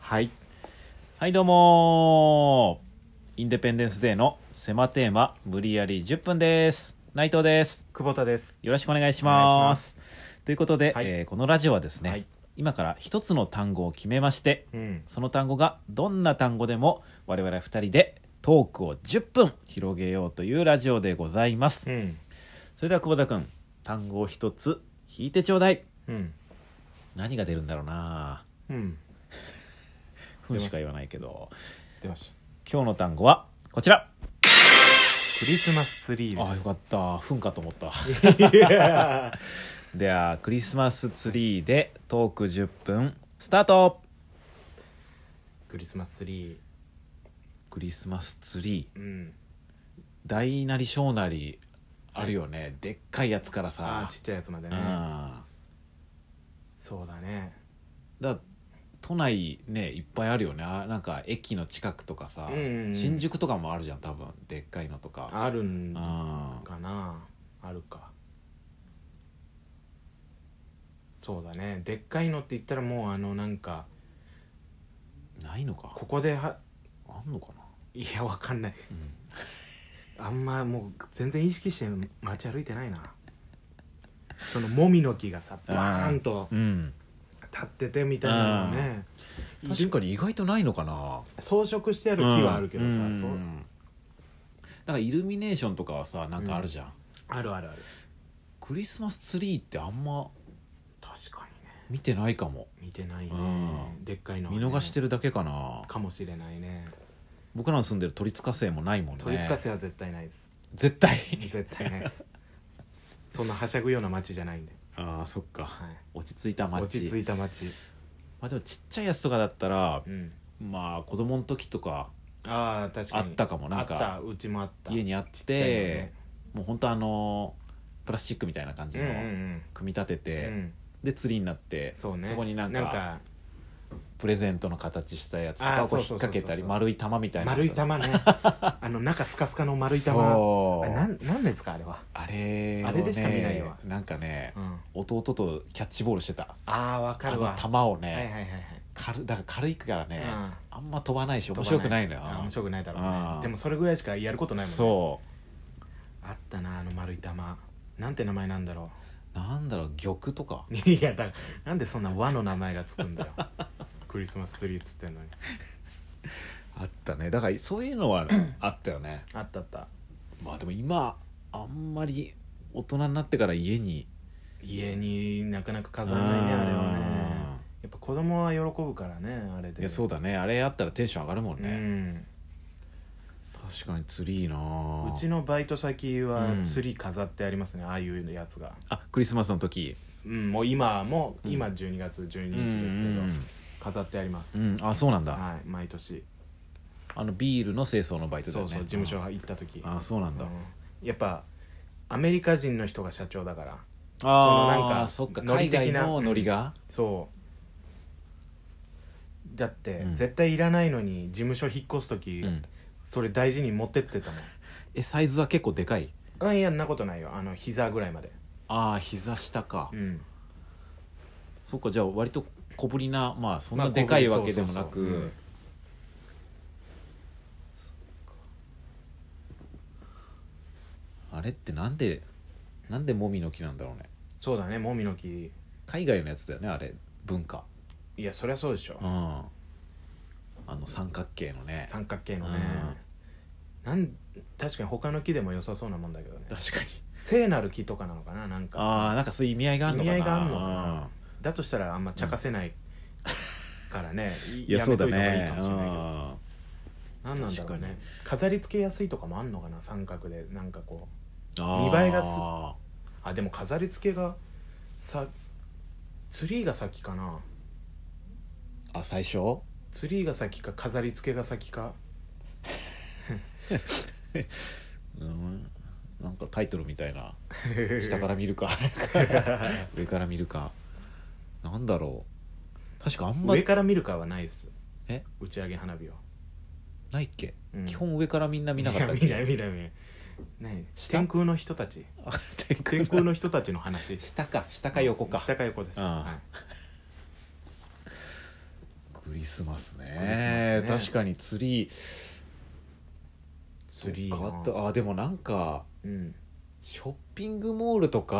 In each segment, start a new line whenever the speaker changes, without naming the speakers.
はいはいどうもーインデペンデンスデーの狭テーマ無理やり10分です内藤です
久保田です。
よろしくお願いし
お願
ま
いします
ということで、
はい
えーこのラジオはですね、
はい
今から一つの単語を決めまして
うん。
その単語がどんな単語でも我々2人でトークを10分広げようというラジオでございます、
うん。
それでは久保田君単語を一つ引いてちょうだい
うん。
何が出るんだろうな
うん。
ふんしか言わないけど
出ました。
今日の単語はこちら
クリスマスツリ
ああ
ー
よかったふんかと思った
です。いや
ではクリスマスツリーでトーク10分スタート
クリスマスツリ
クリスマスツリー
ー。うん。
大なり小なりあるよね、でっかいやつから
あ
さ
あ、ちっちゃいやつまで
う
ね。
ん
そうだね。
だ都内ねいっぱいあるよねあなんか駅の近くとかさ、
うんうんうん
新宿とかもあるじゃん多分でっかいのとか
あるん
あ
かな。あるか。そうだね。でっかいのって言ったらもうあのなんか、
ないのか
ここでは、
あんのかない
や、わかんない。あんまもう全然意識して街歩いてないな。そのもみの木がさ、バーンと。
うん、
立っててみたいなのね
確かに意外とないのかな
装飾してある木はあるけどさ、
うんうん
そう
だからイルミネーションとかはさなんかあるじゃん、
あるあるある
クリスマスツリーってあんま
確かにね
見てないかも
見てないね
うん
でっかいのは
見
ね、
逃してるだけかな
かもしれないね
僕らの住んでる鳥塚生もないもんね
鳥塚生は絶対ないです
絶 対
絶対ないですそんなはしゃぐような街じゃないんで、
ああそっか
はい、
落ち着いた街
落ち着いた街、
まあ、でもちっちゃいやつとかだったら
うん、
まあ子供の時とか
ああ確かに
あったかもなんか
あったうちもあった
家にあっ
ちっちゃいの
て
ね
もうほんとあのプラスチックみたいな感じ
うん
の
うんうん
組み立て
う
て
ん、
でツリーになって
そうね
こになんかプレゼントの形したやつと
あー
かをこ
そう
う
そう
引っ
そう
掛けたり
そう
丸い玉みたいな
丸い玉ね あの中スカスカの丸い玉あ
そう
れなんなんですかあれは
あれをね
あれでしか見ないわ
なんかね
うん
弟とキャッチボールしてた
ああわか
あ
る
の
わ
球を
はいはい
ね
はいはい
軽だから軽いからね
うん
あんま飛ばないし面白くないのよ
あ面白くないだろう
あ
ね
ー
でもそれぐらいしかやることないもんね
そ
あったなあの丸い玉なんて名前なんだろ
うなんだろう玉とか
う いやだなんでそんな和の名前がつくんだ よクリスマスツリーっつってんのに
あったねだからそういう のはあったよね
あったあった
まあでも今あんまり大人になってから家に
家になかなか飾らないねあれはねやっぱ子供は喜ぶからねあれ
うん
で
いやそう
だ
だねあれあったらテンション上がるもん
ね、
ね、確かにツリーな
うん、
あ
うちのバイト先は
うん
ツリー飾ってありますね、ああいうやつが
あクリスマスの時
うんもう今も、
うん
今12月12日ですけど、
うん
飾ってあります、
うんあそうなんだ、
はい毎年
あのビールの清掃のバイトだ
そ
よ
う
ね
そう事務所が行った時
あそうなんだ、
うんやっぱアメリカ人の人が社長だから
あ
そ
あ
のなんか
そっか
ノリ
海
的な
外のノリが、
そうだって、
うん
絶対いらないのに事務所引っ越す時、
うん
それ大事に持ってってたもん
えサイズは結構でかい
あいやんなことないよあの膝ぐらいまで
ああ膝下か、
うん
そっかじゃあ割と小ぶりなまあそん
ま
な
あ
でかい
小
わ
ぶ
け
り
で
そう
も
そう
な
そうう
く
ん
あれってなんでなんでもみの木なんだろうね
そうだねもみの木
海外のやつだよねあれ文化
いやそりゃそうでしょ
うんあの三角形のね
三角形のね、なん確かに他の木でも良さそうなもんだけどね
確かに
聖なる木とかなのかななんか
ああなんかそういう意味合いがあるのかな
意味合いがあるのかなだとしたらあんま茶化せないからね、
うんい
や
やそ
め
うだ
といた方がいい
ね
かもしれないけど
あ
何なんだろう
確か
ね飾り付けやすいとかもあんのかな三角でなんかこ
ー
見栄えがす
あ
うあでも飾り付けがさツリーが先かな
ーあ最初
ツリーが先か飾り付けが先か
うんなんかタイトルみたいな下から見 るか上から見るかなんだろう確かあんま
上から見るかはないです
え
打ち上げ花火を
ないっけ、
うん
基本上からみんな見なかったっ
いや
け
見ない見ない見ないね
下
天空の人たち
あ天空
天空の人たちの話
下か下か横か
下か横です、
ああ
は
クリスマスね
クリスマスね
確かにツリー
ツリー
そ
な
っかあったあでもなんか
うん
ショッピングモールとか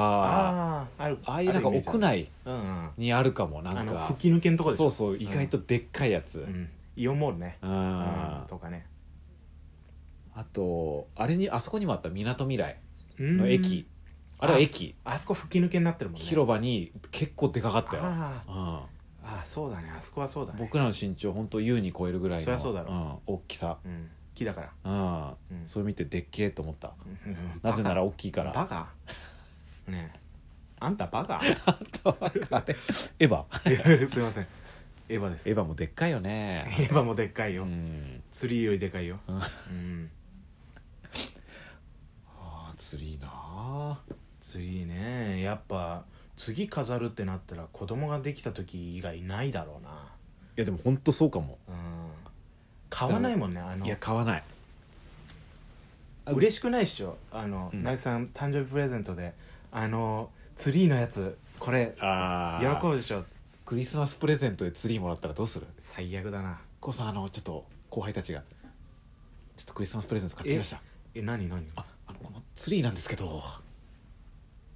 ああある
ああいうなんか屋内
うんうん
にあるかもな
あ
ん
の
か
吹き抜けんとこでし
そ
ょ
うそう意外とでっかいやつ、
うんイオンモールねうん
あー
とかね
あとあれにあそこにもあったみなとみらい
の
の駅、あれは駅
あそこ吹き抜けになってるもんね
広場に結構でかかったよ、
あー
うん、
あーそうだねあそこはそうだね
僕らの身長本当優に超えるぐらいの、
そりゃそうだろうん
大きさ、
うん木だから
うん、
うん
それ見てでっけえと思った
うんうん
なぜなら大きいから
バカねえあんたバ カ
あれ エヴァ
すいませんエヴァです
エ
エ
ヴァもでっかいよね
ヴァもでっかいよ、
うん
ツリーよりでかいよ、
うん
うん、
あー釣りなあ
ツリーねやっぱ次飾るってなったら子供ができた時以外ないだろうない
やでも本当そうかも
うん買わないもんねあの
いや買わないあ
嬉しくないっしょあの、
うん
なぎさん誕生日プレゼントであのツリーのやつこれ
あー
喜ぶでしょ
クリスマスプレゼントでツリーもらったらどうする
最悪だな
こうさんあのちょっと後輩たちがちょっとクリスマスプレゼント買ってきました
え何何
ああのこのツリーなんですけど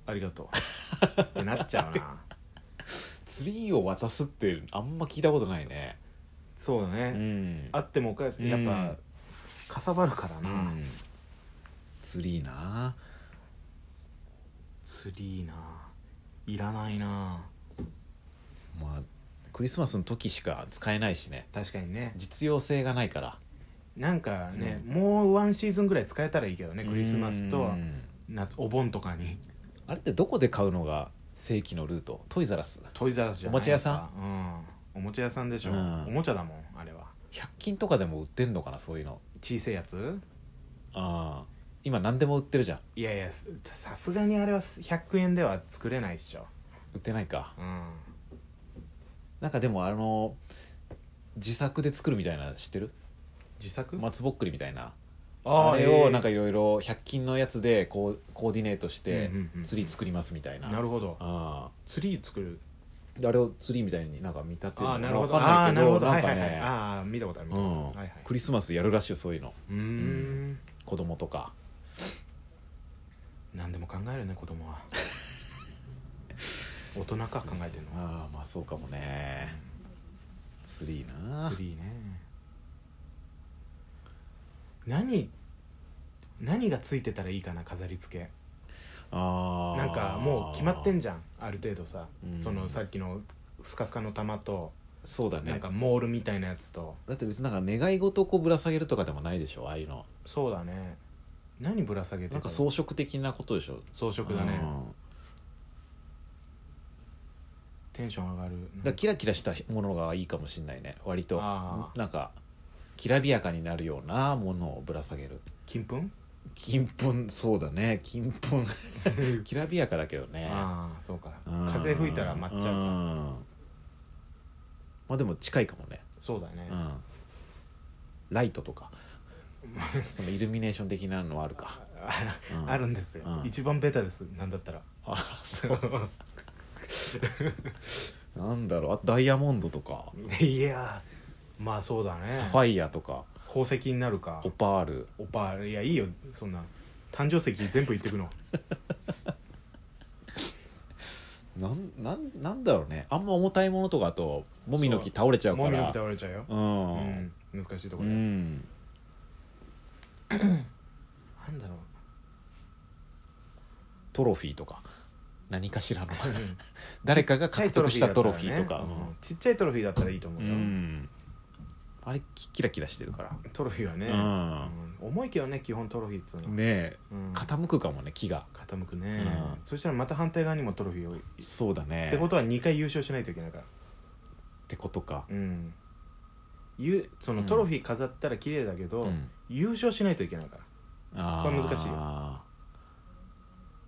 ありがと うってなっちゃうな
ツリーを渡すってあんま聞いたことないね
そうだね
う、ん
あってもおかしいやっぱ、
うん
かさばるから
う
な、
んツリーな
ツリーないらないな
まあクリスマスの時しか使えないしね
確かにね
実用性がないから
なんかね、
う
もうワンシーズンぐらい使えたらいいけどねクリスマス
う
と
ん
夏お盆とかに
あれってどこで買うのが正規のルートトイザラス
トイザラスじゃない
おもちゃ屋さ
んうんおもちゃ屋さんでしょ、
うん
おもちゃだもんあれは
100均とかでも売ってんのかなそういうの
小さいやつ
ああ今何でも売ってるじゃん
いやいやすさすがにあれは100円では作れないっしょ
売ってないか
うん
なんかでもあの自作で作るみたいな知ってる
自作、
松ぼっくりみたいな
ー
あれをなんか
え
いろいろ100均のやつでこうコーディネートして
うんうんうん
ツリー作りますみたい
ー
な
なるほど
あ
ツリー作る
あであれをツリーみたいになんか見立てる
ああ
の
ー
か
なるほ
わ
ど
か
あー
ん
ない
な
る
け
ほ
ど
ど
な
は
ん
い
か
はいはい
ね
ああ見たことある見
う
たことある
ん
はいはいう
クリスマスやるらしいよそういうの
ーん
子供とか
何でも考えるね子供 は大人か考えてるの
ああまあそうかもねツリーな
ツリーね何何がついてたらいいかな飾り付け
ああ
なんかもう決まってんじゃんある程度さ、
うん
そのさっきのスカスカの玉と
そうだね
なんかモールみたいなやつと
だって別になんか願い事をこうぶら下げるとかでもないでしょああいうの
そうだね何ぶら下げてた
なんか装飾的なことでしょ
装飾だね
うん
テンション上がる
だからキラキラしたものがいいかもしれないね割と
あー
なんかきらびやかになるようなものをぶら下げる
金粉
金粉そうだね金 粉きらびやかだけどね
ああそうか
うん
風吹いたら舞っちゃう
うん
か
まあでも近いかもね
そうだね
うんライト とかそのイルミネーション的なのはあるか
あ
う ん
あるんですよ
うん
一番ベタですなんだったら
あそうなんだろうあとダイヤモンドとか、
いやーまあそうだね
サファイアとか
宝石になるか
オパール
おばあいやいいよそんな誕生石全部言ってくの
なんなんなんだろうねあんま重たいものとかだともみの木
そう
倒れちゃうか
もみの
ら
木倒れちゃうよ
う
うんん難しいとこ
う
ろなん
ん
だ ろう
トロフィーとか何かしらの誰かが獲得したトロフィーとか
ちっちゃいトロフィーだったらねうんちっちゃいトロフィーだったらいいと思
う
うよ
んあれキキラキラしてるから
トロフィーはね
う
うん重いけどね基本トロフィーっつうの
ねえ
うん
傾くかもね木が
傾くね
うん
そしたらまた反対側にもトロフィーを
そうだね
ってことは2回優勝しないといけないから
ってことか
うんゆそのトロフィー飾ったら綺麗だけど、
うん
優勝しないといけないから
あ
これ難しいよ
よ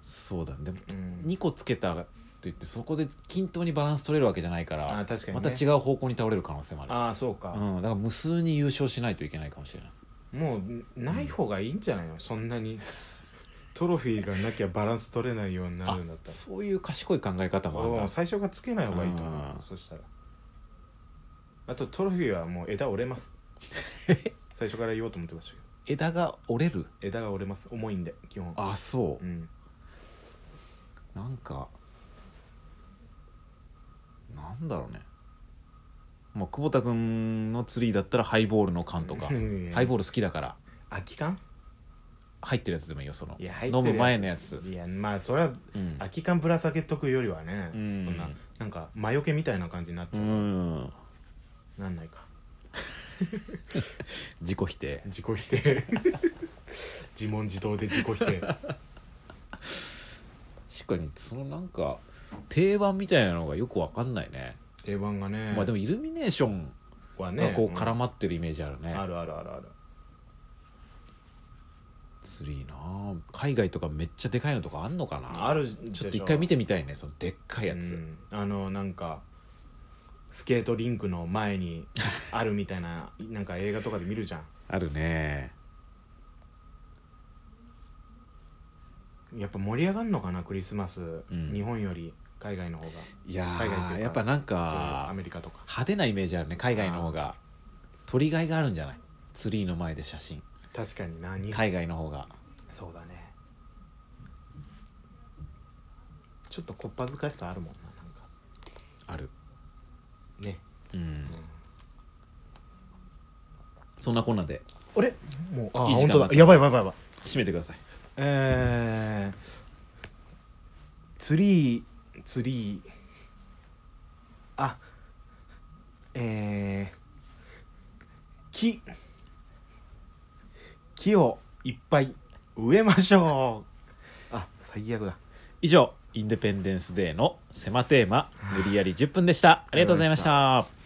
そうだねでも
うん
2個つけたといってそこで均等にバランス取れるわけじゃないから
あー確かにね
また違う方向に倒れる可能性もある
ああそうか、
うん、だから無数に優勝しないといけないかもしれない
もうない方がいいんじゃないのそんなにトロフィーがなきゃバランス取れないようにな
あ
るんだったら
そういう賢い考え方もあるん
う
だ
ん最初がつけない方がいいと思
うん
うそしたらああとトロフィーはもう枝折れます 最初から言おうと思ってましたけど
枝が折れる
枝が折れます重いんで基本
あそう
う、ん
なんかなんだろうねまあ久保田君のツリーだったらハイボールの缶とかハイボール好きだから
空き缶
入ってるやつでもいいよその
いや入ってる
飲む前のやつ
いやまあそれは
うん
空き缶ぶら下げとくよりはね、
うん
そんななんか魔除けみたいな感じになっ
う
ちゃう、
ん
なんないか
自己否定
自己否定 自問自答で自己否定
確かにそのなんか定番みたいなのがよくわかんないね、
定番がね、
まあでもイルミネーション
は
が
ね
こう絡
ん
まってるイメージあるね、
あるあるあるある
ツリーなあ海外とかめっちゃでかいのとかあんのかな
ある
ちょっと一回見
て
てみたいねそのでっかいやつ、
あのなんかスケートリンクの前 にあるみたいななんか映画とかで見るじゃ
あるね
んやっぱ盛り上がるのかなクリスマス、
うん
日本より海外の方が
いやー
海外っていうか
やっぱなん
そうア
か
メリカとか
派手なイメージあるね海外の方が鳥りがいがあるんじゃないツリーの前で写真
確かにな日本
海外の方が
そうだねちょっとこっぱずかしさあるもんななんか
ある
ね、
うん
うん
そんなこんなで
あれもうあ
いい時
本
間
当
だっ
だ
た
やばいやばいやばい
締めてください
えー、ツリーツリーあえー、木木をいっぱい植えましょうあ最悪だ
以上インデペンデンスデーの狭テーマ無理やり10分でしたありがとうございました